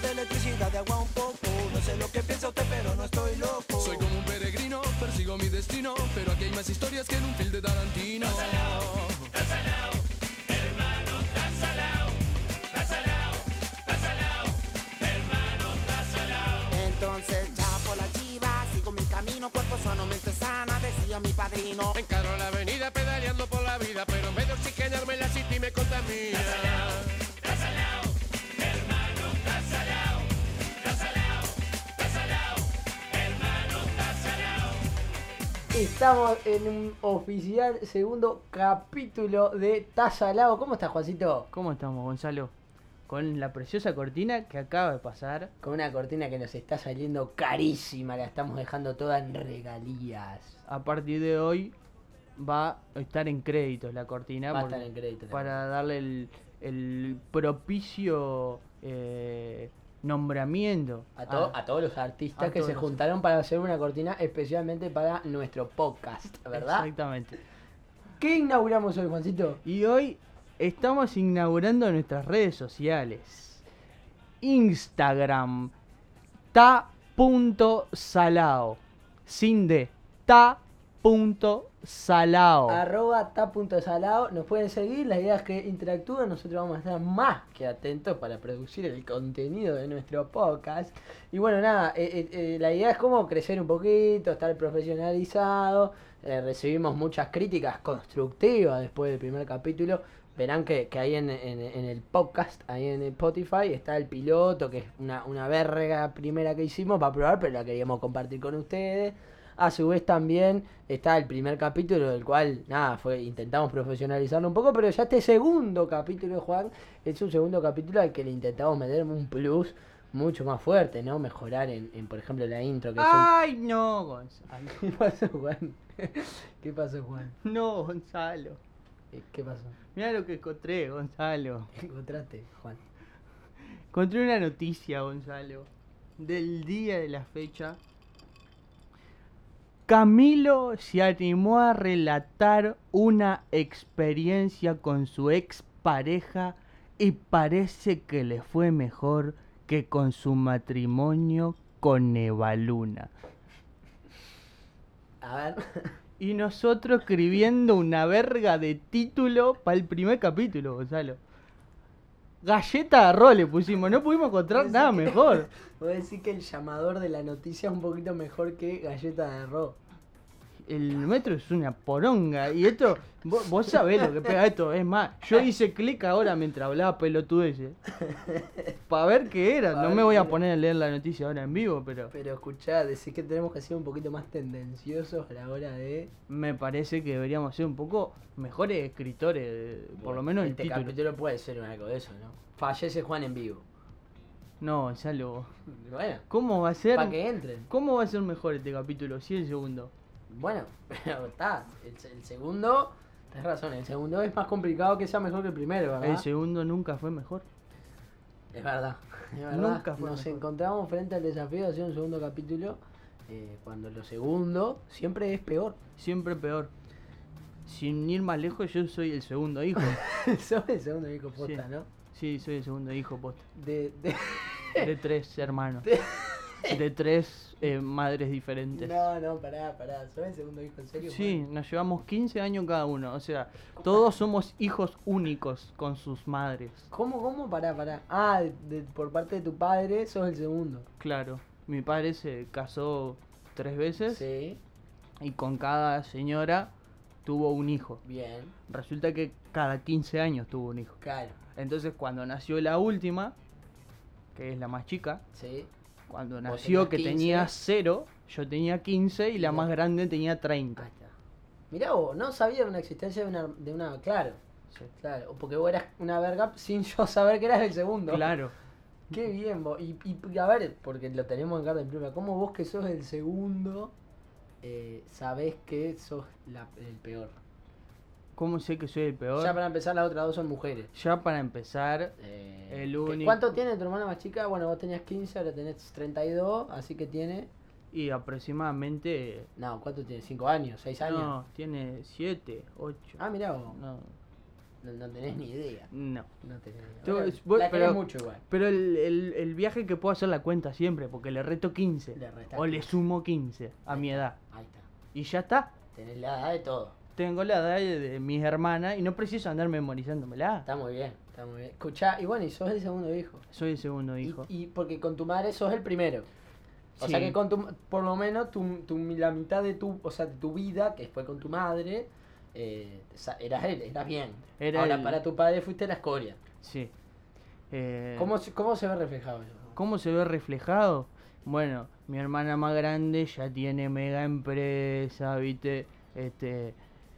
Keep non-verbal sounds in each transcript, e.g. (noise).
falta de agua un poco. No sé lo que piensa usted, pero no estoy loco. Soy como un peregrino, persigo mi destino, pero aquí hay más historias que en un film de Tarantino. Entonces ya por la chiva, sigo mi camino, cuerpo sano, mente sana, decía mi padrino. Encaro la avenida pedaleando por la vida, pero en vez de oxigenarme la city me contamina. Estamos en un oficial segundo capítulo de Tazalao. ¿Cómo estás, Juancito? ¿Cómo estamos, Gonzalo? Con la preciosa cortina que acaba de pasar. Con una cortina que nos está saliendo carísima, la estamos dejando toda en regalías. A partir de hoy va a estar en créditos la cortina. Va a porque- estar en crédito. Para darle el, el propicio eh, nombramiento. A, to- Ah, a todos los artistas a que se todos. juntaron para hacer una cortina especialmente para nuestro podcast, ¿verdad? Exactamente. ¿Qué inauguramos hoy, Juancito? Y hoy estamos inaugurando nuestras redes sociales. Instagram ta.salao sin d ta.salao Arroba ta.salado. Nos pueden seguir, la idea es que interactúen. Nosotros vamos a estar más que atentos para producir el contenido de nuestro podcast. Y bueno, nada, eh, eh, eh, la idea es como crecer un poquito, estar profesionalizado. Eh, recibimos muchas críticas constructivas después del primer capítulo. Verán que, que ahí en, en- en el podcast, ahí en Spotify, está el piloto, que es una, una verga primera que hicimos para probar, pero la queríamos compartir con ustedes. A su vez también está el primer capítulo del cual, nada, fue intentamos profesionalizarlo un poco, pero ya este segundo capítulo, Juan, es un segundo capítulo al que le intentamos meter un plus mucho más fuerte, ¿no? Mejorar en, en, por ejemplo, la intro que es un- Ay, no, Gonzalo. (laughs) ¿Qué pasó, Juan? Ah. (laughs) ¿Qué pasó, Juan? No, Gonzalo. Eh, ¿Qué pasó? Mira lo que encontré, Gonzalo. ¿Qué encontraste, Juan? Encontré una noticia, Gonzalo, del día de la fecha. Camilo se animó a relatar una experiencia con su expareja y parece que le fue mejor que con su matrimonio con Evaluna. A ver. (laughs) Y nosotros escribiendo una verga de título para el primer capítulo, Gonzalo. Galleta de arroz le pusimos, no pudimos encontrar nada mejor. Voy a decir que el llamador de la noticia es un poquito mejor que galleta de arroz. El metro es una poronga. Y esto, vos, vos sabés lo que pega esto. Es más, yo hice clic ahora mientras hablaba pelotudeces. Para ver qué era. Pa' No ver me voy qué a era. poner a leer la noticia ahora en vivo, pero Pero escuchá, decís que tenemos que ser un poquito más tendenciosos a la hora de. me parece que deberíamos ser un poco mejores escritores. Por lo menos el Este título. capítulo puede ser algo de eso, ¿no? Fallece Juan en vivo. No, Gonzalo. Bueno, ¿Cómo va a ser? para que entren. ¿Cómo va a ser mejor este capítulo? Sí, el segundo. Bueno, (laughs) pero está. El, se- el segundo. Tenés razón, el segundo es más complicado que sea mejor que el primero, ¿verdad? El segundo nunca fue mejor. Es verdad, (laughs) es verdad. Nunca fue Nos mejor. encontramos frente al desafío de hacer un segundo capítulo, eh, cuando lo segundo siempre es peor. (laughs) Siempre peor. Sin ir más lejos, yo soy el segundo (laughs) hijo. Sos el segundo hijo posta, Sí. ¿no? Sí, soy el segundo hijo, posta. De, de- De tres hermanos. De tres eh, madres diferentes. No, no, pará, pará. ¿Sos el segundo hijo en serio? Sí, nos llevamos 15 años cada uno. O sea, todos somos hijos únicos con sus madres. ¿Cómo, cómo? Pará, pará. Ah, de- por parte de tu padre sos el segundo. Claro, mi padre se casó tres veces Sí, y con cada señora tuvo un hijo. bien, Resulta que cada 15 años tuvo un hijo. claro, Entonces, cuando nació la última, que es la más chica, sí. cuando Vos nació tenías que 15. tenía cero, yo tenía 15 y la Mirá. Ah, más grande tenía 30. Ahí está. Mirá vos, no sabía de una existencia de una, de una... Claro, Sí. claro. Porque vos eras una verga sin yo saber que eras el segundo. Claro. Qué bien, vos. Y, y a ver, porque lo tenemos en carta en pluma, ¿cómo vos que sos el segundo eh, sabés que sos la- el peor? ¿Cómo sé que soy el peor? Ya para empezar, las otras dos son mujeres. Ya para empezar, Eh, El ¿qué- único- ¿Cuánto tiene tu hermana más chica? Bueno, vos tenías 15, ahora tenés 32, así que tiene... y aproximadamente. No, ¿cuánto tiene? ¿5 años? ¿6 años? No, tiene 7, 8. Ah, mirá vos. No. no, no tenés ni idea. No. No tenés ni idea. Yo- Bueno, es- voy- la querés pero- mucho igual. Pero el, el- el viaje que puedo hacer la cuenta siempre, porque le reto 15. Le restás o le 15. sumo 15 a mi edad. Ahí está. Y ya está. Tenés la edad de todo. Tengo la edad de, de mis hermanas y no preciso andar memorizándomela. Está muy bien, está muy bien. Escuchá, y bueno, y sos el segundo hijo. Soy el segundo Y- hijo. Y, porque con tu madre sos el primero. O sea Sí. que con tu, por lo menos tu, tu- la mitad de tu, o sea, de tu vida, que fue con tu madre, eh, sa- eras él, eras bien. Era Ahora el- para tu padre fuiste la escoria. Sí. Eh, ¿Cómo, se- ¿Cómo se ve reflejado eso? ¿Cómo se ve reflejado? Bueno, mi hermana más grande ya tiene mega empresa, ¿viste? Este,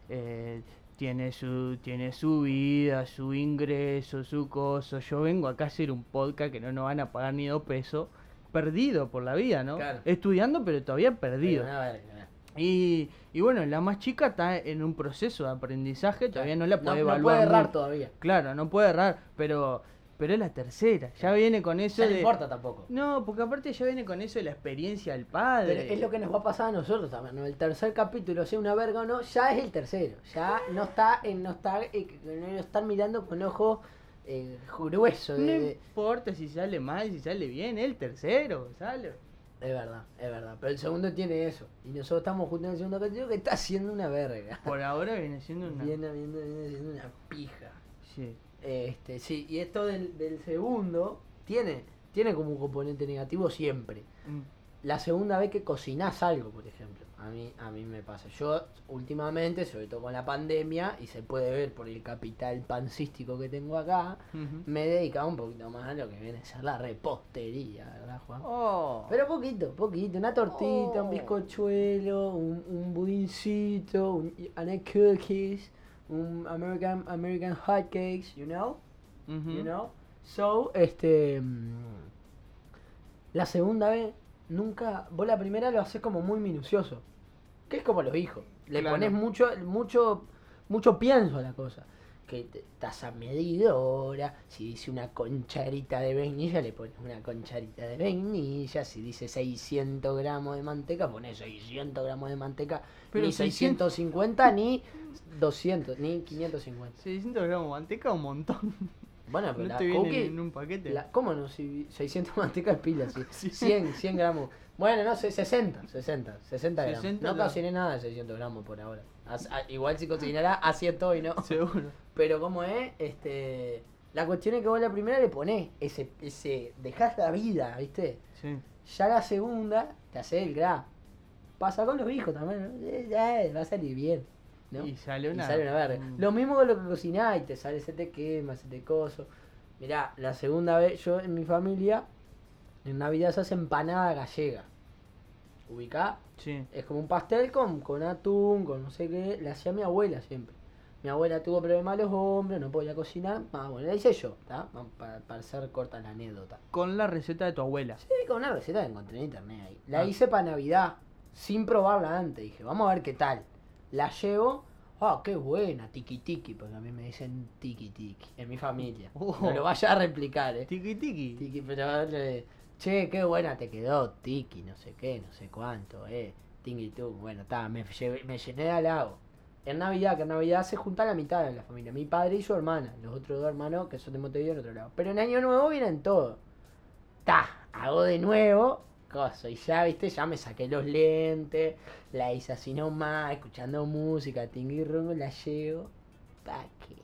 eh, tiene, su, tiene su vida, su ingreso, su coso. Yo vengo acá a hacer un podcast que no nos van a pagar ni dos pesos. Perdido por la vida, ¿no? Claro. Estudiando, pero todavía perdido. Pero, a ver, a ver. Y, y bueno, la más chica está en un proceso de aprendizaje, todavía no la puede no, evaluar. puede errar mucho. todavía. Claro, no puede errar, pero, pero es la tercera. Ya viene con eso Ya no de. importa tampoco. No, porque aparte ya viene con eso de la experiencia del padre. Pero es lo que nos va a pasar a nosotros también, ¿no? El tercer capítulo, sea una verga o no, ya es el tercero. Ya no está en no estar, eh, no estar mirando con ojo eh, grueso. de- No de- importa si sale mal, si sale bien, el tercero, sale. Es verdad, es verdad. Pero el segundo tiene eso. Y nosotros estamos justo en el segundo capítulo que está haciendo una verga. Por ahora viene siendo una. Viene, viene, viene haciendo una pija. Sí. Este, sí, y esto del, del segundo tiene, tiene como un componente negativo siempre. Mm. la segunda vez que cocinás algo, por ejemplo. A mí, a mí me pasa. Yo últimamente, sobre todo con la pandemia, y se puede ver por el capital pancístico que tengo acá, Ujú. me he dedicado un poquito más a lo que viene a ser la repostería, ¿verdad, Juan? Oh. Pero poquito, poquito. Una tortita, un Oh. bizcochuelo, un, un budincito, un and cookies, un American, American hot cakes, you know? Ujú. you know? So, este. mm, La segunda vez, nunca. Vos la primera lo haces como muy minucioso. Que es como los hijos. Le Claro. pones mucho, mucho, mucho pienso a la cosa. Que te- taza medidora, si dice una concharita de vainilla, le pones una concharita de vainilla, si dice 600 gramos de manteca, pones 600 gramos de manteca, Pero ni 600. 650, ni 200, ni 550. 600 gramos de manteca, un montón. Bueno, pero No la te vienen cookie- en un paquete. la- ¿Cómo no? Si (laughs) 600 mantecas pilas, Sí. 100, 100 gramos. Bueno, no, se- 60, 60, 60 gramos. 60 no gramos. cociné nada de 600 gramos por ahora. As- a- igual si cocinara, (laughs) así estoy, ¿no? (laughs) Seguro. Pero como es, este, la cuestión es que vos la primera le ponés ese, ese, dejás la vida, ¿viste? Sí. Ya la segunda, te haces el gra. Pasa con los hijos también, ¿no? Eh, ya, va a salir bien, ¿no? Y sale Y una. sale una verga. Mm. Lo mismo con lo que cocinás y te sale, se te quema, se te coso. Mirá, la segunda vez yo en mi familia, en Navidad se hace empanada gallega. Ubicá, Sí. es como un pastel con, con atún, con no sé qué. La hacía mi abuela siempre. Mi abuela tuvo problemas de los hombros, no podía cocinar. Ah, bueno, la hice yo, ¿tá? Pa- Para, para ser corta la anécdota. Con la receta de tu abuela. Sí, con una receta que encontré en internet ahí. La Ah. hice para Navidad, sin probarla antes. Dije, vamos a ver qué tal. La llevo. Ah, qué buena, tiki tiki, porque a mí me dicen tiki tiki en mi familia. Oh. No lo vaya a replicar, eh. Tiki tiki. Tiki, pero eh, che, qué buena te quedó, tiki, no sé qué, no sé cuánto, eh. Tiki tú, bueno, está, me, llevé- me llené de halago. En Navidad, que en Navidad se junta la mitad de la familia, mi padre y su hermana, los otros dos hermanos que son de Montevideo en otro lado. Pero en Año Nuevo vienen todos. Ta, hago de nuevo, cosa, y ya, viste, ya me saqué los lentes, la hice así nomás, escuchando música, tingui rongo, la llevo. Pa' qué.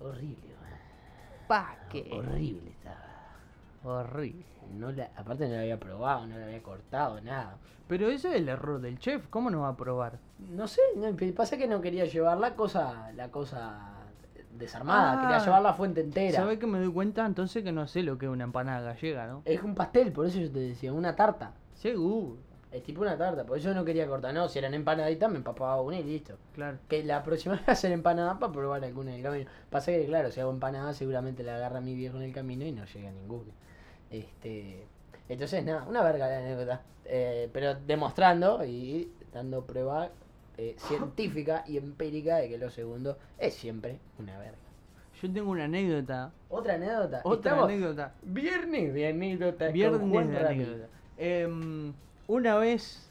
Horrible, man. Pa' Horrible estaba. Ah, Horrible. No la, aparte no la había probado, no la había cortado, nada. Pero eso es el error del chef. ¿Cómo nos va a probar? No sé, no, pe- pasa que no quería llevar la cosa, la cosa desarmada, Ah. quería llevar la fuente entera. ¿Sabes que me doy cuenta entonces que no sé lo que es una empanada gallega, no? Es un pastel, por eso yo te decía, una tarta. Seguro. Es tipo una tarta, por eso no quería cortar. No, si eran empanaditas me empapaba una y listo. Claro. Que la próxima (laughs) vez hacer empanada para probar alguna en el camino. Pasa que, claro, si hago empanada, seguramente la agarra mi viejo en el camino y no llega a ninguna. Este, entonces, nada, una verga la anécdota. Eh, pero demostrando y dando prueba (laughs) eh, científica y empírica de que lo segundo es siempre una verga. Yo tengo una anécdota. Otra anécdota. Otra Estamos- anécdota. Viernes de anécdota. Viernes de anécdota. Em, una vez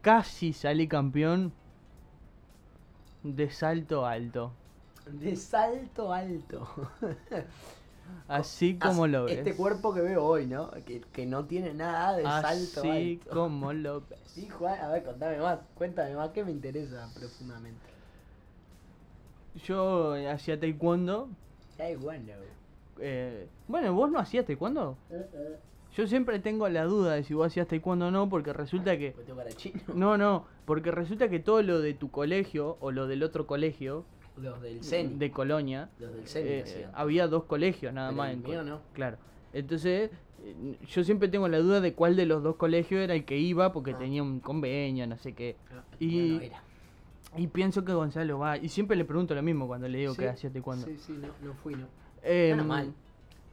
casi salí campeón de salto alto. De salto alto. Así como lo ves. Este cuerpo que veo hoy, ¿no? Que, que no tiene nada de Ah, salto Así alto. como lo ves. Sí, Juan, a ver, contame más, cuéntame más que me interesa profundamente. Yo eh, hacía taekwondo. Ay, bueno. eh, bueno, vos no hacías taekwondo. Eh, Yo siempre tengo la duda de si vos hacías taekwondo o no, porque resulta que. Pues tengo cara de chino. No, no, porque resulta que todo lo de tu colegio o lo del otro colegio (laughs) Los del CENI. de Colonia Los del CENI. eh, que hacían. había dos colegios nada Pero más. el en mío Col- no. Claro. Entonces, eh, yo siempre tengo la duda de cuál de los dos colegios era el que iba porque Ah. tenía un convenio, no sé qué. Ah, y- bueno, era. Y pienso que Gonzalo va. Y siempre le pregunto lo mismo cuando le digo Sí, que hacía taekwondo. Sí, sí, no, no fui, no. Em, Menos mal.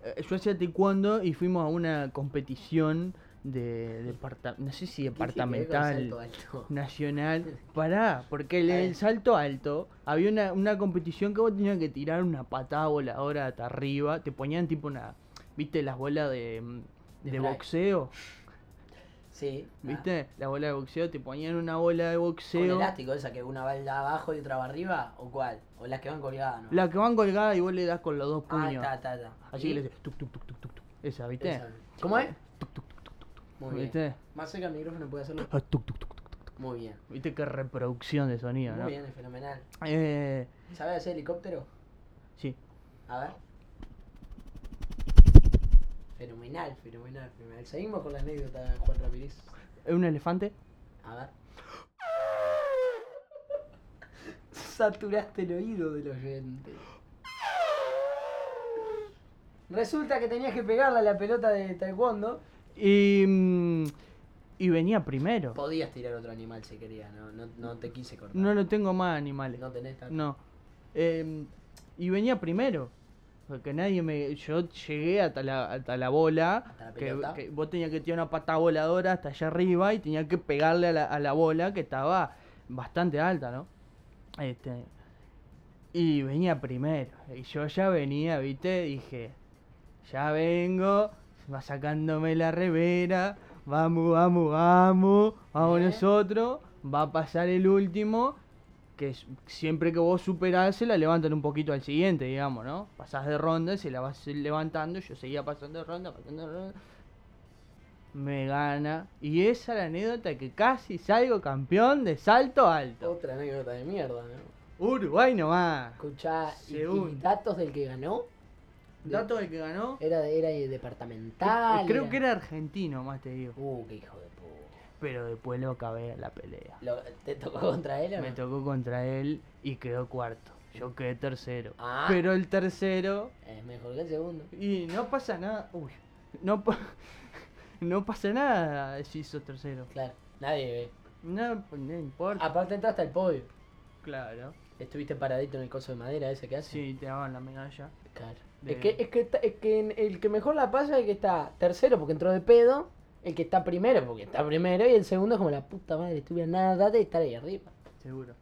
eh, Yo hacía taekwondo y fuimos a una competición de departa- no sé si departamental, (laughs) nacional. Pará, porque el, A ver. el salto alto, había una, una competición que vos tenías que tirar una patada voladora hasta arriba, te ponían tipo una, viste, las bolas de, mm, De Ah. de fly. boxeo, Sí. ah, viste, las bolas de boxeo, te ponían una bola de Con boxeo, elástico, esa que una va abajo y otra va arriba, o cuál? O las que van colgadas, ¿no? la que van colgada y vos le das con los dos Ah, puños. está, está, está. Así ¿Y? que le haces tuc, tuc, tuc, tuc, tuc, tuc. Esa, ¿viste? Esa. ¿Cómo es? Tuc, tuc, tuc, tuc, tuc, tuc. Muy bien. ¿Viste? Más cerca del micrófono puede hacerlo. Ah, tuc, tuc, tuc, tuc, tuc. Muy bien. ¿Viste qué reproducción de sonido, Muy no? bien, es fenomenal. Eh, ¿Sabes hacer helicóptero? sí. A ver. Fenomenal, fenomenal, fenomenal. Seguimos con la anécdota, Juan Ramírez. Un elefante. A ver. (laughs) Saturaste el oído del oyente. Resulta que tenías que pegarle a la pelota de taekwondo. Y, mm, y venía primero. Podías tirar otro animal si querías, no, no, no te quise cortar. No lo tengo más animales. No tenés tanto. No. Eh, y venía primero. Porque nadie me. Yo llegué hasta la, hasta la bola. Hasta la que, pelota. que vos tenías que tirar una pata voladora hasta allá arriba y tenía que pegarle a la, a la bola que estaba bastante alta, ¿no? Este. Y venía primero. Y yo ya venía, ¿viste? Dije. Ya vengo. Va sacándome la revera. Vamos, vamos, vamos. Vamos Bien. nosotros. Va a pasar el último que s- siempre que vos superás se la levantan un poquito al siguiente, digamos, ¿no? Pasás de ronda, se la vas levantando, yo seguía pasando de ronda, pasando de ronda. Me gana. Y esa la anécdota que casi salgo campeón de salto alto. Otra anécdota de mierda, ¿no? Uruguay nomás. Escuchá, y- y Según. datos del que ganó. Dato del que ganó. Era, de- era departamental. Creo que era argentino, más te digo. Uh, qué hijo de puta. Pero después lo acabé en la pelea. Lo- ¿Te tocó contra él o Me no? tocó contra él y quedó cuarto. Yo quedé tercero. Ah. Pero el tercero Es mejor que Eh, el segundo. Y no pasa nada. Uy, no, pa- (laughs) no pasa nada si sos tercero. Claro, nadie ve. No, no importa. Aparte entraste al podio. Claro. Estuviste paradito en el coso de madera ese que hace. Sí, te daban la medalla. Claro. De- Es, que, es, que, ta- es que en- el que mejor la pasa es el que está tercero porque entró de pedo. El que está primero porque está primero. Y el segundo es como la puta madre. Estuve a nada de estar ahí arriba. Seguro.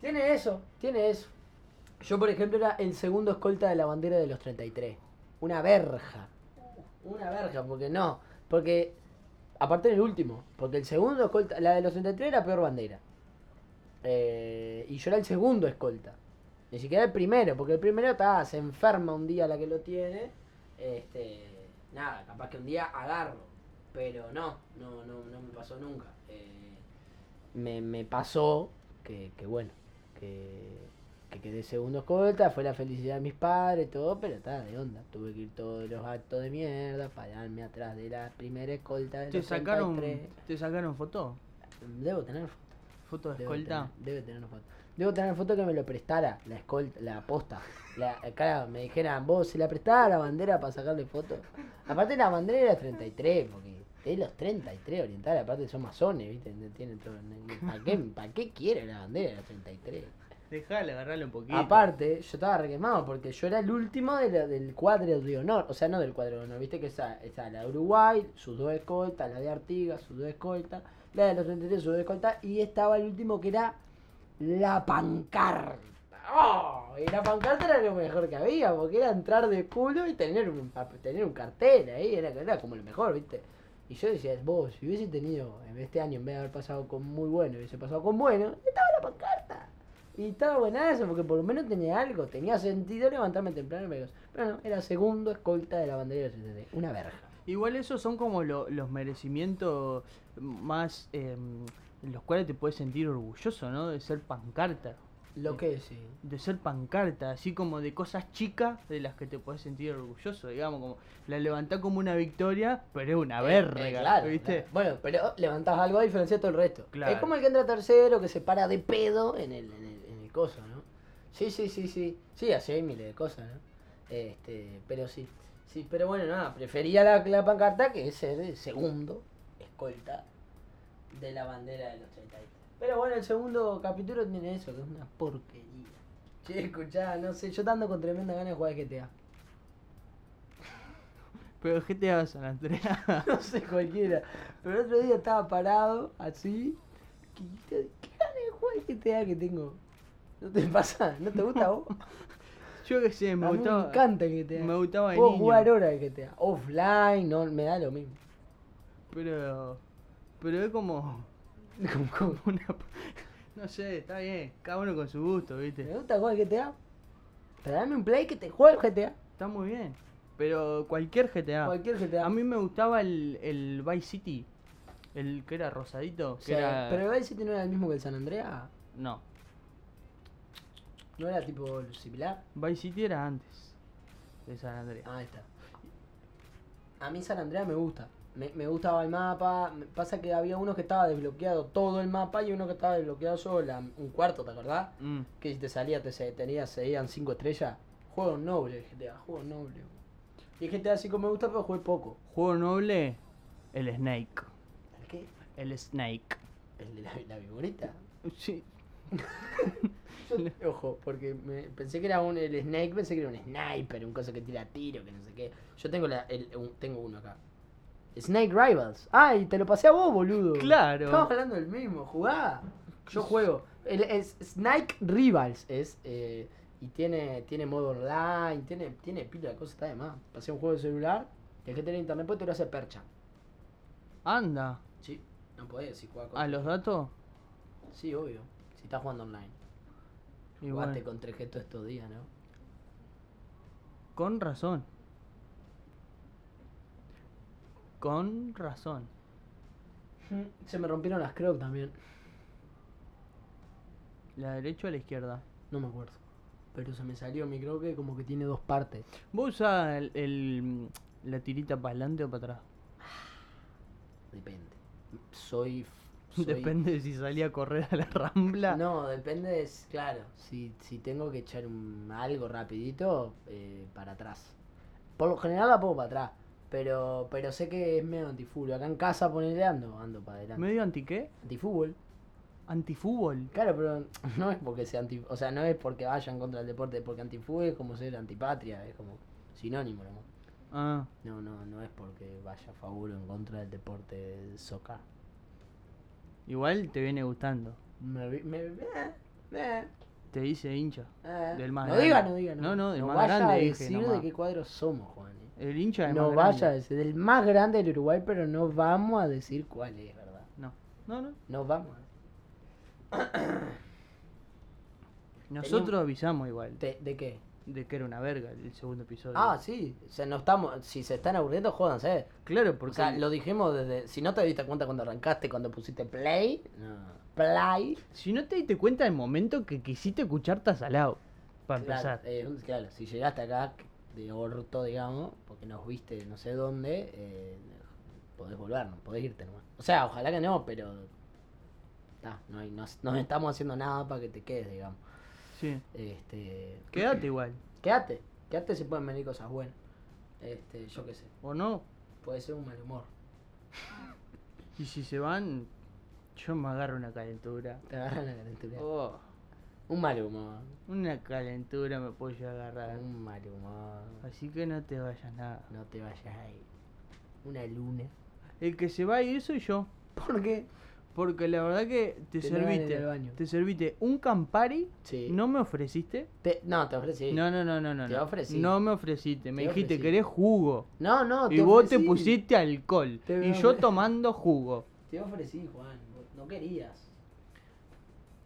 Tiene eso, tiene eso. Yo, por ejemplo, era el segundo escolta de la bandera de los 33. Una verja. Una verja, porque no. Porque, aparte del último, porque el segundo escolta, la de los 33 era peor bandera. Eh, y yo era el segundo escolta. Ni siquiera el primero, porque el primero está, se enferma un día la que lo tiene. Este, nada, capaz que un día agarro. Pero no, no, no, no me pasó nunca. Eh, me, me pasó que, que bueno, que, que quedé segundo escolta, fue la felicidad de mis padres, todo, pero estaba de onda. Tuve que ir todos los actos de mierda, pararme atrás de la primera escolta. De Te los sacaron, 33. te sacaron foto. Debo tener foto. Foto de Debo escolta. tener- Debe tener una foto. Debo tener foto que me lo prestara la escolta, la posta. La, claro, me dijeran, vos se la prestaba la bandera para sacarle foto. Aparte la bandera era 33, porque de los 33 orientales, aparte son masones, ¿viste? No Tienen todo, ¿para, qué, ¿Para qué quiere la bandera de los 33? Dejale, agarrarle un poquito. Aparte, yo estaba requemado porque yo era el último de la- del cuadro de honor. O sea, no del cuadro de honor. Viste que esa, esa la de Uruguay, sus dos escoltas, la de Artigas, sus dos escoltas, la de los 33, sus dos escoltas. Y estaba el último que era la pancarta. ¡Oh! Y la pancarta era lo mejor que había porque era entrar de culo y tener un, pa- tener un cartel ahí. Era, era como lo mejor, viste. Y yo decía, vos, si hubiese tenido en este año, en vez de haber pasado con muy bueno, hubiese pasado con bueno, estaba la pancarta. Y estaba buenazo, porque por lo menos tenía algo, tenía sentido levantarme temprano y me Pero no, era segundo escolta de la bandera del 73, una verga. Igual esos son como lo- los merecimientos más eh, en los cuales te puedes sentir orgulloso, ¿no? De ser pancarta. Lo que sí. De ser pancarta, así como de cosas chicas de las que te puedes sentir orgulloso, digamos, como la levantás como una victoria, pero es una verga, Eh, claro, ¿viste? claro. Bueno, pero levantás algo a diferencia de todo el resto. Claro. Es como el que entra tercero, que se para de pedo en el, en el, en el coso, ¿no? Sí, sí, sí, sí. Sí, así hay miles de cosas, ¿no? Este, pero sí. Sí, pero bueno, nada, prefería la, la pancarta que es el segundo escolta de la bandera de los 30. Pero bueno, el segundo capítulo tiene eso, que es una porquería. Che, escuchá, no sé, yo estando con tremenda ganas de jugar al GTA. Pero GTA San Andreas. (laughs) no sé cualquiera. Pero el otro día estaba parado, asasí. que- que- ¿Qué ganas de jugar al GTA que tengo? ¿No te pasa? ¿No te gusta a vos? (laughs) Yo qué sé, (laughs) me a mí gustaba. me encanta el GTA. me gustaba de Puedo niño. jugar ahora al GTA. Offline, no, me da lo mismo. Pero. Pero es como. (laughs) Como- como- una- (laughs) no sé, está bien. Cada uno con su gusto, ¿Me ¿viste? gusta jugar al GTA? Pero dame un play que te juegue el GTA. Está muy bien. Pero cualquier GTA. Cualquier GTA. Ah. A mí me gustaba el, el Vice City. El que era rosadito. O Que sea, era. Pero el Vice City no era el mismo que el San Andreas. No. No era tipo similar. Vice City era antes de San Andreas. Ah, ahí está. A mí San Andreas me gusta. Me, me gustaba el mapa. Me- Pasa que había uno que estaba desbloqueado todo el mapa y uno que estaba desbloqueado solo la- un cuarto, ¿te acordás? Mm. Que si te salía, te se tenías, seguían cinco estrellas. Juego noble el GTA, juego noble. boludo. Y el GTA 5 me gusta, pero jugué poco. Juego noble. El Snake. ¿El qué? El Snake. ¿El de la, la viborita? Sí. Yo- (laughs) ojo, porque me- pensé que era un el Snake, pensé que era un sniper, un cosa que tira tiro, que no sé qué. Yo tengo la, el- un- tengo uno acá. Snake Rivals. Ay, te lo pasé a vos, boludo. Claro. Estamos hablando del mismo, jugá. (laughs) Yo juego. El, es Snake Rivals es eh, y tiene tiene modo online, tiene tiene pila de cosas, está de más. Pasé un juego de celular, el que tiene internet pues te lo hace percha. Anda. Sí, no podés si jugás con- A los datos. Sí, obvio. Si estás jugando online. Y Jugaste bueno, con 3G todos estos días, ¿no? con razón. Con razón. Mm, Se me rompieron las crocs también. La derecha o la izquierda. No me acuerdo. Pero se me salió mi croc que como que tiene dos partes. ¿Vos usás el, el- la tirita para adelante o para atrás? (laughs) Depende. Soy. f- soy- Depende de si salía a correr a la rambla. No, depende. de s- claro, si, si tengo que echar un, algo rapidito, eh, para atrás. Por lo general la pongo para atrás. Pero pero sé que es medio antifútbol. Acá en casa ponerle ando, ando para adelante. ¿Medio anti qué? Antifútbol. ¿Antifútbol? Claro, pero (laughs) no es porque sea anti. O sea, no es porque vayan contra el deporte. Porque antifútbol es como ser antipatria. Es como sinónimo, ¿no? Ah, No, no, no es porque vaya a favor o en contra del deporte de soca. igual te viene gustando. Me, vi- me, eh, eh, Te dice hincha. eh. Del más no grande. diga, no diga, no. No, no, del más vaya grande a dije decir de nomás. qué cuadro somos, Juan. eh. El hincha es No más vaya a grande. decir, del más grande del Uruguay, pero no vamos a decir cuál es, ¿verdad? No, no, no. No vamos. a- Nosotros avisamos igual ¿De, de qué? de que era una verga el segundo episodio. Ah, sí. O sea, no estamos, si se están aburriendo, jódanse. claro, O porque sea, lo dijimos desde, si no te diste cuenta cuando arrancaste, cuando pusiste play, play, si no te diste cuenta del momento que quisiste escuchar Tazalao, para Claro, empezar. eh, un- claro, si llegaste acá de orto, digamos, porque nos viste no sé dónde, eh, podés volver, no podés irte nomás. O sea, ojalá que no, pero ta, no, hay- no, no estamos haciendo nada para que te quedes, digamos. Sí. Este, Quédate igual, quédate, quédate si pueden venir cosas buenas. Este, yo qué sé, ¿o no? puede ser un mal humor. Y si se van, yo me agarro una calentura. Te agarran la calentura. Oh, Un mal humor, una calentura me puedo yo agarrar. un mal humor. Así que no te vayas nada. No te vayas ahí. Una luna. El que se va y eso soy yo. ¿Por qué? Porque la verdad que te Te lavan en serviste. el baño. Te serviste un Campari. Sí. No me ofreciste. Te- no, te ofrecí. No, no, no, no, no. Te no. ofrecí. No me ofreciste. Me Te dijiste, ofrecí. querés jugo. No, no, y vos te ofrecí. pusiste alcohol. Te y ofre- yo tomando jugo. Te ofrecí, Juan. No querías.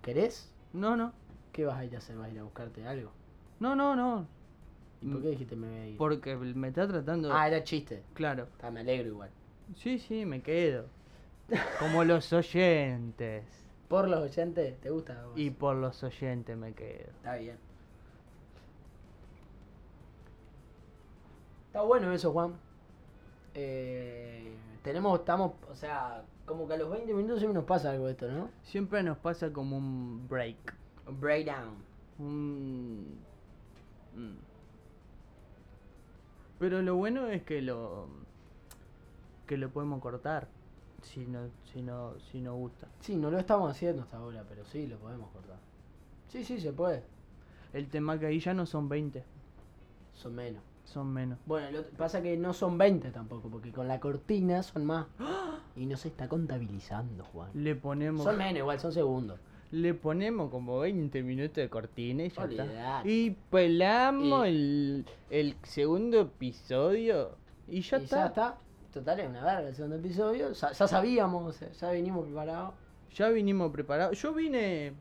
¿Querés? No, no. ¿Qué vas a ir a hacer? ¿Vas a ir a buscarte algo? No, no, no. ¿Y Mm. por qué dijiste me voy a ir? Porque me está tratando. Ah, era chiste. Claro. Ah, me alegro igual. Sí, sí, me quedo. Como los oyentes. Por los oyentes, ¿te gusta? a vos? Y por los oyentes me quedo. Está bien. Está bueno eso, Juan. Eh, tenemos, estamos, o sea, como que a los 20 minutos siempre nos pasa algo de esto, ¿no? Siempre nos pasa como un break. Un breakdown. Un... Mm. Pero lo bueno es que lo que lo podemos cortar si no si no si nos gusta. Sí, no lo estamos haciendo hasta ahora, pero sí, lo podemos cortar. Sí, sí, se puede. El tema que ahí ya no son 20, Son menos. son menos. Bueno, lo- pasa que no son 20 tampoco, porque con la cortina son más. Y no se está contabilizando, Juan. Le ponemos Son menos igual, son segundos. le ponemos como 20 minutos de cortina y ya está. Olvidate. Y pelamos Y- el, el segundo episodio y ya Y está. Ya está. Total, es una verga el segundo episodio. Ya, ya sabíamos, o sea, ya venimos preparados. (laughs) Ya vinimos preparados. Yo vine.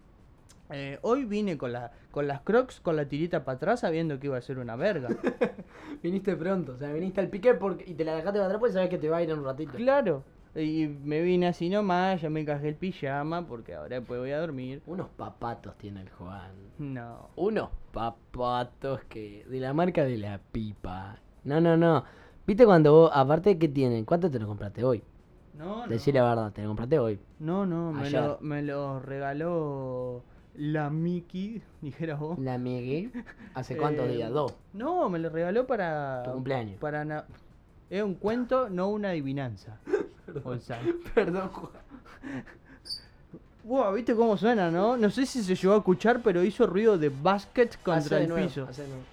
eh, hoy vine con, la, con las crocs, con la tirita para atrás, sabiendo que iba a ser una verga. Viniste pronto, o sea, viniste al pique porque, y te la dejaste para atrás porque sabes que te va a ir en un ratito. claro. Y me vine así nomás, ya me cajé el pijama, porque ahora después voy a dormir. Unos papatos tiene el Juan. No. Unos papatos que. de la marca de la pipa. No, no, no. ¿Viste cuando vos, aparte, qué tienen? ¿Cuánto te lo compraste hoy? No, no. Decí la verdad, te lo compraste hoy. No, no, me Ayer. lo, me lo regaló la Mickey, (laughs) dijera vos. La Miguel. ¿Hace cuántos Eh, días? Dos. No, me lo regaló para. Tu cumpleaños. Para na- Es un cuento, no (laughs) una adivinanza. Gonzalo. Perdón, Juan. Wow, ¿viste cómo suena, no? No sé si se llegó a escuchar, pero hizo ruido de basket Hacé contra de el nuevo, piso. hacé de nuevo.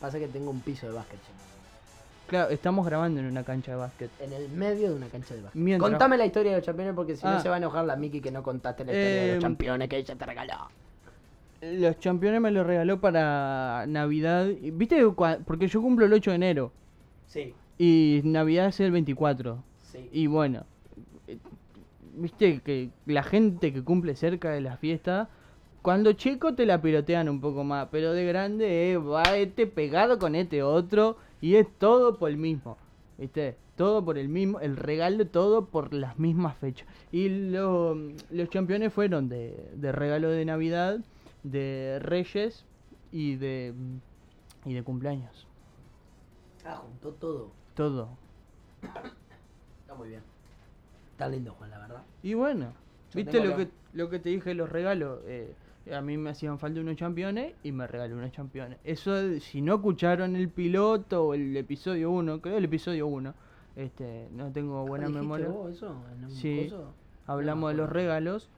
Pasa que tengo un piso de básquet. yo. Claro, estamos grabando en una cancha de basket. En el medio de una cancha de básquet. Mientras- Contame la historia de los campeones porque si no Ah. se va a enojar la Miki que no contaste la historia de Em, los campeones que ella te regaló. Los campeones me lo regaló para Navidad. Y- ¿Viste? cua- Porque yo cumplo el 8 de enero. Sí, Y Navidad es el 24. sí. Y bueno, eh, ¿viste? Que la gente que cumple cerca de la fiesta. Cuando chico te la pirotean un poco más, pero de grande eh, va este pegado con este otro y es todo por el mismo. ¿Viste? Todo por el mismo, el regalo todo por las mismas fechas. Y lo- los campeones fueron de, de regalo de Navidad, de Reyes y de, y de cumpleaños. Ah, juntó todo. Todo. Está muy bien. Está lindo, Juan, la verdad. Y bueno, Yo viste tengo lo la- que, lo que te dije, los regalos. eh, a mí me hacían falta unos championes y me regaló unos championes. Eso, de- si no escucharon el piloto o el episodio 1, creo el episodio 1, este, no tengo buena Ah, ¿Dijiste memoria. vos eso? ¿En un Sí. coso? Hablamos No me de los acuerdo. regalos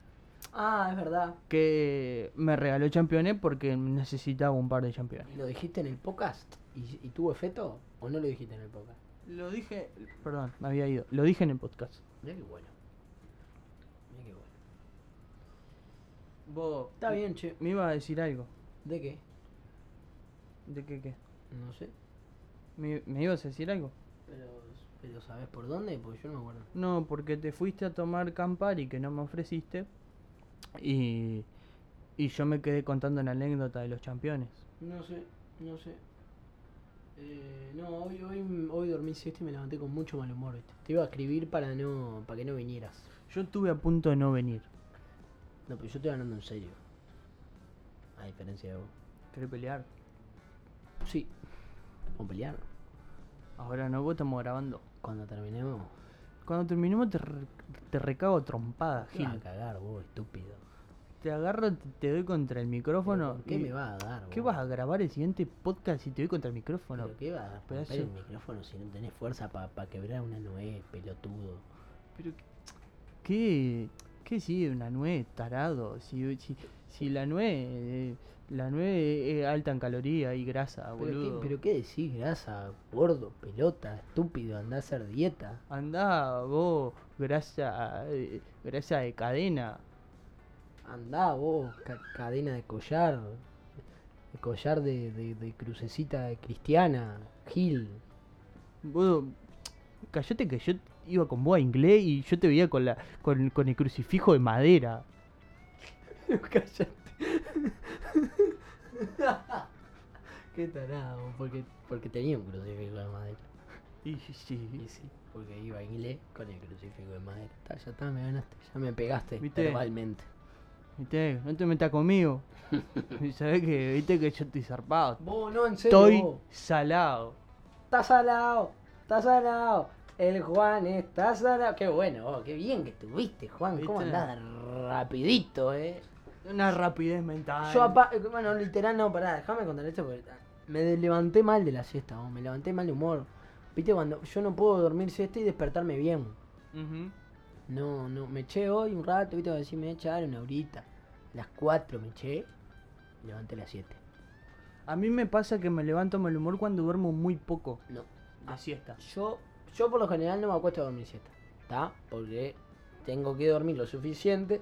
Ah, es verdad. que me regaló championes porque necesitaba un par de championes. ¿Y lo dijiste en el podcast? ¿Y, y tuvo efecto? ¿O no lo dijiste en el podcast? Lo dije, perdón, me había ido. Lo dije en el podcast. Mirá qué bueno. Mirá qué bueno. Vos, Está bien, che. me iba a decir algo. ¿De qué? ¿De qué qué? No sé. ¿Me, me ibas a decir algo? Pero, pero ¿sabes por dónde? Porque yo no me acuerdo. No, porque te fuiste a tomar campar y que no me ofreciste. Y, y yo me quedé contando una anécdota de los campeones. No sé, no sé. Eh, no, hoy, hoy, hoy dormí siesta y me levanté con mucho mal humor, ¿viste? Te iba a escribir para no para que no vinieras. Yo estuve a punto de no venir. No, pero yo estoy hablando en serio. A diferencia de vos. ¿Querés pelear? Sí. Vamos a pelear. Ahora no, vos estamos grabando. Cuando terminemos, Cuando terminemos te, re- te recago a trompada, ¿qué vas a Gil. cagar vos, estúpido? Te agarro, te, te doy contra el micrófono. ¿Pero ¿Qué y- me vas a dar? ¿Qué vos? vas a grabar el siguiente podcast si te doy contra el micrófono? ¿Pero qué vas a pero romper eso- el micrófono si no tenés fuerza para quebrar una nuez, pelotudo? Pero qué, qué sí, una nuez, tarado. Si, si, si la nuez, eh, la nuez es alta en caloría y grasa, ¿Pero Ah, boludo. qué, ¿Pero qué decís, grasa, gordo, pelota, estúpido, andá a hacer dieta? Andá vos, grasa, eh, grasa de cadena. Andá vos, ca- cadena de collar, de collar de, de- de crucecita de cristiana, Gil. (laughs) Vos, callate que yo iba con vos a inglés y yo te veía con la, con, con el crucifijo de madera. (laughs) Callate. (laughs) Qué tarado, porque, porque tenía un crucifijo de madera. Y sí. Y sí, porque iba a inglés con el crucifijo de madera. Ta, ya está, me ganaste, ya me pegaste ¿Viste? verbalmente. Viste, no te metas conmigo. Y sabés que, viste que yo estoy zarpado. Vos, no, en serio. Estoy vos. salado. Está salado, está salado. El Juan está salado. Qué bueno, vos, qué bien que estuviste, Juan. ¿Cómo ¿Viste? andás rapidito, eh? Una rapidez mental. Yo, apa- bueno, literal, no, pará, déjame contar esto porque ah, me levanté mal de la siesta, vos, me levanté mal de humor. Viste, cuando yo no puedo dormir siesta y despertarme bien. Ujú. No, no, me eché hoy un rato, viste, decir, me voy a echar una horita. A las 4 me eché, me levanté a las 7. A mí me pasa que me levanto mal humor cuando duermo muy poco. No, De siesta. Ah, Yo, yo por lo general no me acuesto a dormir siesta, ¿está? Porque tengo que dormir lo suficiente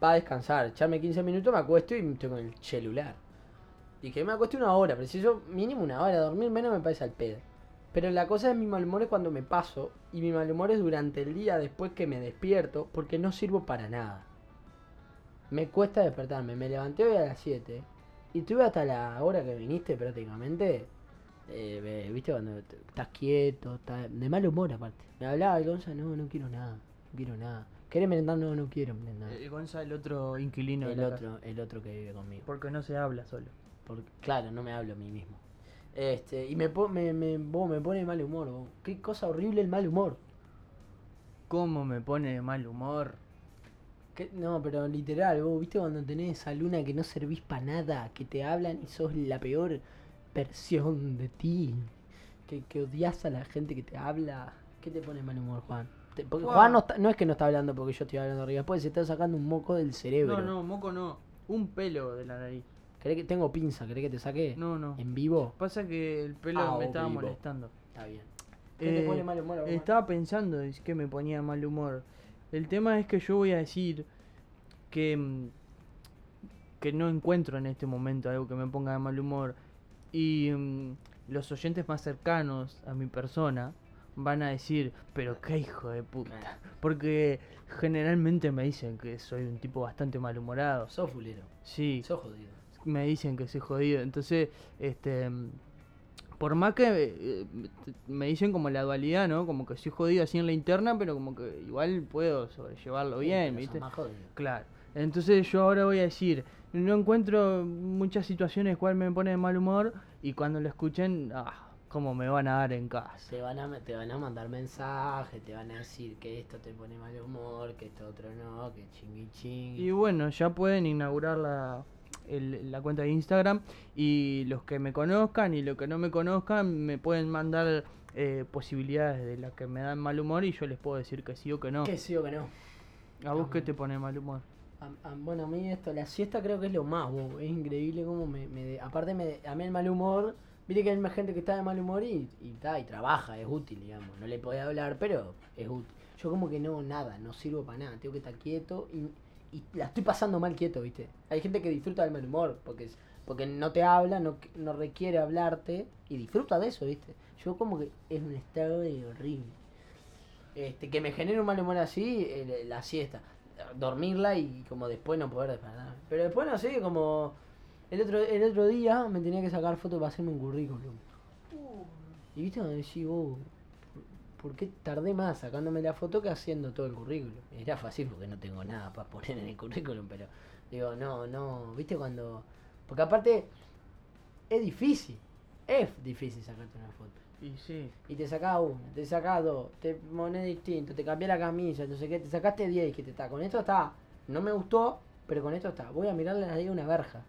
para descansar. Echarme 15 minutos, me acuesto y estoy con el celular. Y que me acuesto una hora, preciso mínimo una hora. Dormir menos me parece al pedo. Pero la cosa de mi mal humor es cuando me paso y mi mal humor es durante el día después que me despierto porque no sirvo para nada. Me cuesta despertarme. Me levanté hoy a las 7 y estuve hasta la hora que viniste prácticamente eh, ve- viste cuando t- estás quieto, estás de mal humor aparte. Me hablaba el Gonza, no, no quiero nada, no quiero nada. ¿Querés merendar? No, no quiero merendar. El Gonza, el otro inquilino. de el la otro, el otro que vive casa. conmigo. Porque no se habla solo. Porque, claro, no me hablo a mí mismo. Este, y me, po- me, me, vos, me pone de mal humor, vos. Qué cosa horrible el mal humor. ¿Cómo me pone de mal humor? Qué- No, pero literal, vos, viste cuando tenés esa luna que no servís para nada, que te hablan y sos la peor versión de ti, que, que odias a la gente que te habla. ¿Qué te pone mal humor, Juan? Te- porque Juan. Juan, no, está- no es que no está hablando porque yo estoy hablando arriba, después se está sacando un moco del cerebro. No, no, moco no. Un pelo de la nariz. ¿Crees que tengo pinza? ¿Crees que te saque? No, no. ¿En vivo? Pasa que el pelo Em- Ah, me estaba vivo. molestando. Está bien. ¿Qué te Eh, pone mal humor, Juan? Estaba pensando es que me ponía de mal humor. El tema es que yo voy a decir que, mm, que no encuentro en este momento algo que me ponga de mal humor. Y mm, los oyentes más cercanos a mi persona van a decir, pero qué hijo de puta. Porque generalmente me dicen que soy un tipo bastante malhumorado. Sos fulero, Sí, sos jodido. me dicen que soy jodido. Entonces, este mm, por más que eh, t- me dicen como la dualidad, ¿no? Como que soy jodido así en la interna, pero como que igual puedo sobrellevarlo Pero bien, sos ¿viste? más jodido. Claro. Entonces yo ahora voy a decir, no encuentro muchas situaciones cual me pone de mal humor y cuando lo escuchen, ah, como me van a dar en casa. Te van, a, te van a mandar mensajes, te van a decir que esto te pone mal humor, que esto otro no, que chingui chingui. Y bueno, ya pueden inaugurar la, el- la cuenta de Instagram. Y los que me conozcan y los que no me conozcan me pueden mandar eh, posibilidades de las que me dan mal humor y yo les puedo decir que sí o que no. Que sí o que no. ¿A vos qué te pone mal humor? A- a- bueno, a mí esto, la siesta creo que es lo más, bobo. es increíble como me... me de- aparte, me de- a mí el mal humor, viste que hay más gente que está de mal humor y, y, ta, y trabaja, es útil, digamos. No le podía hablar, pero es útil. Yo como que no, nada, no sirvo para nada, tengo que estar quieto y, y la estoy pasando mal quieto, viste. Hay gente que disfruta del mal humor porque, es- porque no te habla, no, que- no requiere hablarte y disfruta de eso, viste. Yo como que es un estado de horrible este, que me genere un mal humor así, eh, la siesta. Dormirla y como después no poder despertarme. Pero después no sé, como el otro, el otro día me tenía que sacar fotos para hacerme un currículum. Y viste cuando decís, vos, ¿por qué tardé más sacándome la foto que haciendo todo el currículum? Era fácil porque no tengo nada para poner en el currículum, pero digo, no, no, viste cuando... Porque aparte es difícil, es difícil sacarte una foto Y sí. y te sacás una, te sacás dos, te monés distinto, te cambié la camisa, no sé qué, te sacaste 10 que te está. Con esto está, no me gustó, pero con esto está. Voy a mirarle ahí una verja.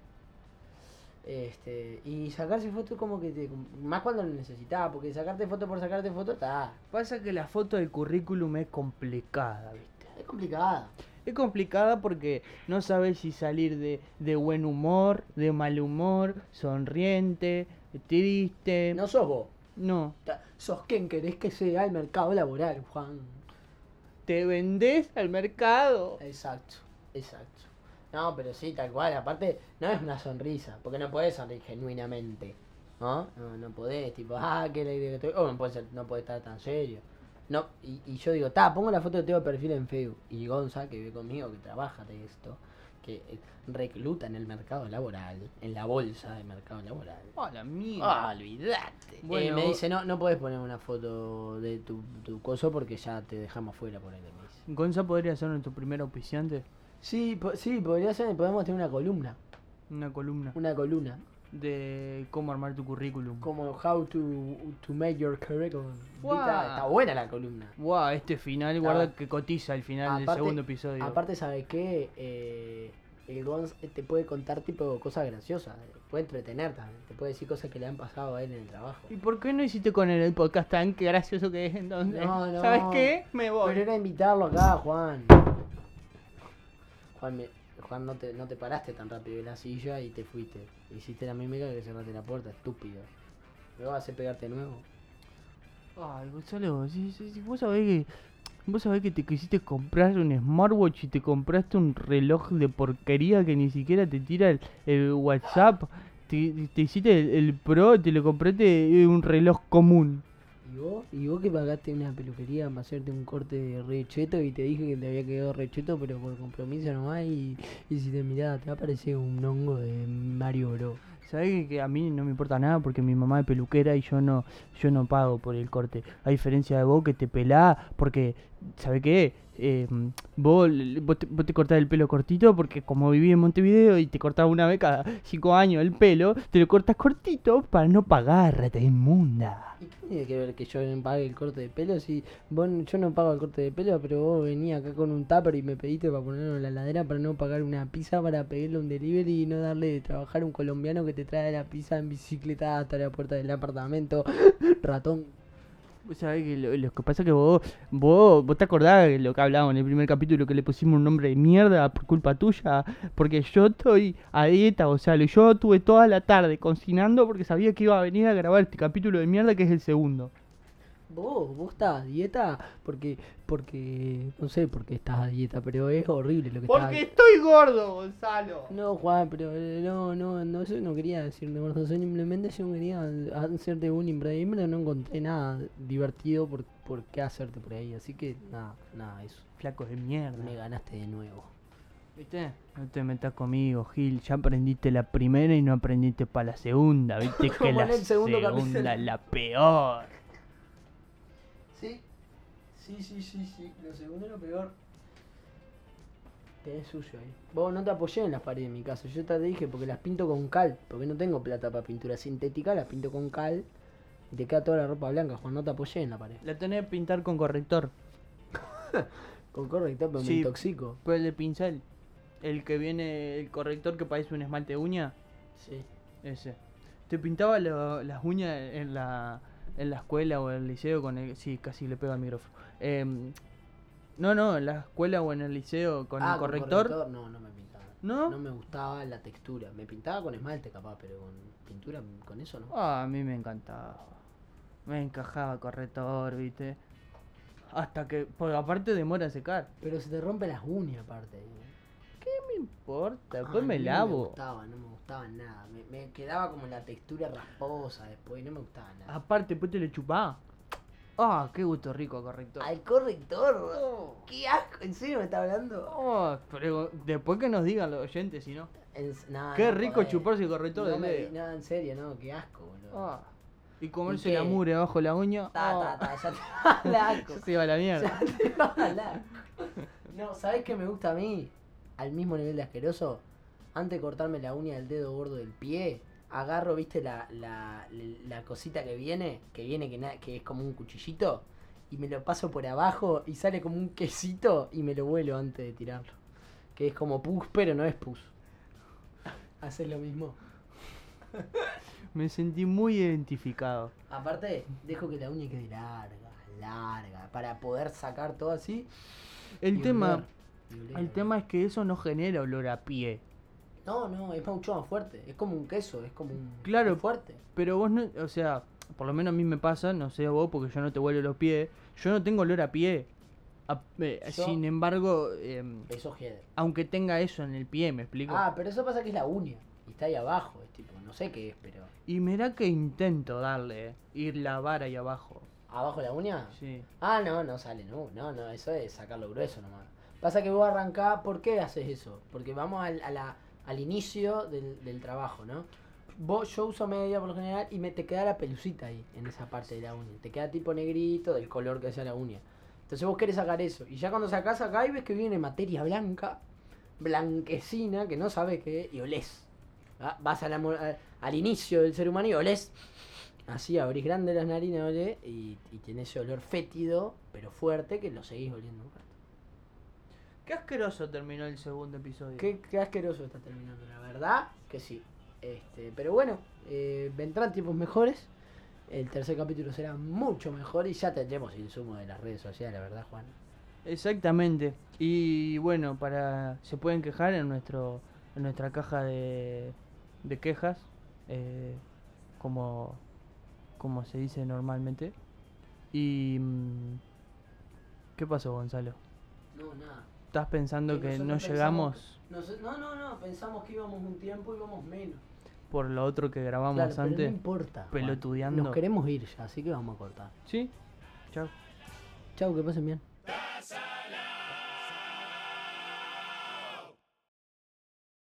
Este, y sacarse fotos como que te, más cuando lo necesitaba, porque sacarte foto por sacarte foto está, Pasa que la foto del currículum es complicada, ¿viste? es complicada. Es complicada porque no sabes si salir de, de buen humor, de mal humor, sonriente, triste. No sos vos, no. ta- sos quien querés que sea el mercado laboral, Juan. Te vendés al mercado. Exacto, exacto. No, pero sí, tal cual. Aparte, no es una sonrisa, porque no podés sonreír genuinamente. ¿No? No, no podés, tipo, ah, qué alegre que estoy. O no podés, ser- no podés estar tan serio. No, y, y yo digo, ta, pongo la foto de Teo de perfil en Facebook. Y Gonza, que vive conmigo, que trabaja de esto, que eh, recluta en el mercado laboral, en la bolsa de mercado laboral. Hola, mierda. Ah, olvidate. Bueno, me vos- dice, no, no podés poner una foto de tu, tu coso porque ya te dejamos fuera por ahí, me dice. Gonza podría ser nuestro primer auspiciante. Sí, po- sí, podría ser, podemos tener una columna, Una columna una columna, de cómo armar tu currículum. como how to, to make your curriculum. Fuá. Está, está buena la columna. Guau, este final, Ah. guarda que cotiza el final del Aparte- segundo episodio. Aparte, ¿sabes qué? Eh, el Gonz eh, te puede contar tipo cosas graciosas, eh, puede entretener también, te puede decir cosas que le han pasado a él en el trabajo. ¿Y por qué no hiciste con él el podcast tan gracioso que es entonces? No, no. ¿Sabes qué? Me voy. Pero era invitarlo acá, Juan. Juan, me- Juan no, te, no te paraste tan rápido de la silla y te fuiste. Hiciste la mímica que cerraste la puerta, estúpido. Luego vas a pegarte de nuevo. Ay, Gonzalo, si, si- si vos sabés que. Vos sabés que te quisiste comprar un smartwatch y te compraste un reloj de porquería que ni siquiera te tira el, el WhatsApp. Te, te hiciste el, el pro, te lo compraste eh, un reloj común. ¿Y vos? ¿Y vos que pagaste una peluquería para hacerte un corte de recheto y te dije que te había quedado recheto, pero por compromiso nomás? Y, y si te miraba, te va a parecer un hongo de Mario Bro. Sabés que, que a mí no me importa nada porque mi mamá es peluquera y yo no, yo no pago por el corte. A diferencia de vos que te pelás porque, ¿sabés qué? Eh, vos, l- vos, te, vos te cortás el pelo cortito porque como viví en Montevideo y te cortás una vez cada cinco años el pelo, te lo cortas cortito para no pagar, rata inmunda. ¿Y qué tiene que ver que yo no pague el corte de pelo? Si vos, n- yo no pago el corte de pelo, pero vos venís acá con un tupper y me pediste para ponerlo en la ladera para no pagar una pizza, para pedirle un delivery y no darle de trabajar a un colombiano que te trae la pizza en bicicleta hasta la puerta del apartamento. (laughs) Ratón. Vos sabés que lo, lo que pasa es que vos, vos, vos te acordás de lo que hablábamos en el primer capítulo, que le pusimos un nombre de mierda por culpa tuya, porque yo estoy a dieta, Gonzalo, y yo estuve toda la tarde cocinando porque sabía que iba a venir a grabar este capítulo de mierda que es el segundo. Vos, vos estás a dieta porque, porque, no sé por qué estás a dieta, pero es horrible lo que estás Porque estoy gordo, Gonzalo. No, Juan, pero eh, no, no, no, yo no quería decirte gordo, yo simplemente yo quería hacerte un imprevisible, pero no encontré nada divertido por, por qué hacerte por ahí, así que nada, nada, eso, Flaco de mierda. me ganaste de nuevo. ¿Viste? No te metas conmigo, Gil. Ya aprendiste la primera y no aprendiste para la (laughs) segunda. ¿Viste que Como la en el segundo capítulo. segunda es la peor? Sí, sí, sí, sí, sí, lo segundo es lo peor. Tenés sucio ahí. Vos no te apoyé en las paredes de mi casa, yo te dije porque las pinto con cal, porque no tengo plata para pintura sintética, las pinto con cal y te queda toda la ropa blanca, Juan, no te apoyé en la pared. La tenés que pintar con corrector. Con corrector, pero Sí. me intoxico. Pero Pues el de pincel. El que viene, el corrector que parece un esmalte de uña. Sí. Ese. Te pintaba lo- las uñas en la, en la escuela o en el liceo con el... Sí, casi le pego al micrófono. Em, no, no, en la escuela o en el liceo con Ah, el corrector. No, no me pintaba. ¿No? me gustaba la textura. Me pintaba con esmalte capaz, pero con pintura, con eso no. Ah, a mí me encantaba. Me encajaba corrector, viste. Hasta que... Porque aparte demora a secar. Pero se te rompen las uñas aparte. ¿eh? No me importa, Ah, después me no me lavo. gustaba, no me gustaba nada. Me, me quedaba como la textura rasposa después y no me gustaba nada. Aparte, después te le chupaba. Ah, qué gusto rico corrector. Al corrector. Qué asco, ¿en serio me está hablando? Oh, pero después que nos digan los oyentes, si no. En- nah, Qué Ah, no rico podés. chuparse el corrector no de me- dedo. No, en serio, no, qué asco, boludo. Ah, y comerse ¿Y qué? la mugre abajo de la uña. Ta, ah, ta, ta, (laughs) ya te (laughs) va el asco. ya se iba a la (laughs) mierda. Ya (laughs) te va a hablar. No, ¿sabés qué me gusta a mí? Al mismo nivel de asqueroso, antes de cortarme la uña del dedo gordo del pie, agarro, viste, la, la, la cosita que viene, que viene que, na- que es como un cuchillito, y me lo paso por abajo y sale como un quesito y me lo vuelo antes de tirarlo. Que es como pus, pero no es (laughs) pus. Haces lo mismo. Me sentí muy identificado. Aparte, dejo que la uña quede larga, larga, para poder sacar todo así. El y tema, oler, y oler, el oler. tema es que eso no genera olor a pie. No, no, es mucho más fuerte. Es como un queso, es como un. Claro. es fuerte. Pero vos no, o sea, por lo menos a mí me pasa, no sé a vos porque yo no te huelo los pies. Yo no tengo olor a pie. A- eh, Yo- Sin embargo, em, Eso jede. aunque tenga eso en el pie, me explico. Ah, pero eso pasa que es la uña. Y está ahí abajo. Es tipo, no sé qué es, pero. Y mirá que intento darle, eh, ir la vara ahí abajo. ¿Abajo la uña? Sí. Ah, no, no sale, no. No, no, eso es sacarlo grueso nomás. Pasa que vos arrancás, ¿por qué haces eso? Porque vamos al, a la- al inicio del, del trabajo, ¿no? Vos, yo uso media por lo general y me te queda la pelucita ahí, en esa parte de la uña. Te queda tipo negrito, del color que sea la uña. Entonces vos querés sacar eso. Y ya cuando sacás acá y ves que viene materia blanca, blanquecina, que no sabes qué es, y olés. Va- Vas a la mo- a- al inicio del ser humano y olés. Así abrís grande las narinas, olé, y, y tiene ese olor fétido, pero fuerte, que lo seguís oliendo un rato. Qué asqueroso terminó el segundo episodio. Qué, qué asqueroso está terminando, la verdad que sí. Este, pero bueno, eh, vendrán tiempos mejores. El tercer capítulo será mucho mejor y ya tendremos insumo de las redes sociales, la verdad, Juan. Exactamente. Y bueno, para se pueden quejar en nuestro en nuestra caja de, de quejas, eh, como como se dice normalmente. Y mm, ¿qué pasó, Gonzalo? No, nada. ¿Estás pensando que no llegamos no, no, no, pensamos que íbamos un tiempo, íbamos menos. por lo otro que grabamos Claro, pero no antes? importa. Juan. pelotudeando. Nos queremos ir ya, así que vamos a cortar. Sí. Chao. Chau, que pasen bien.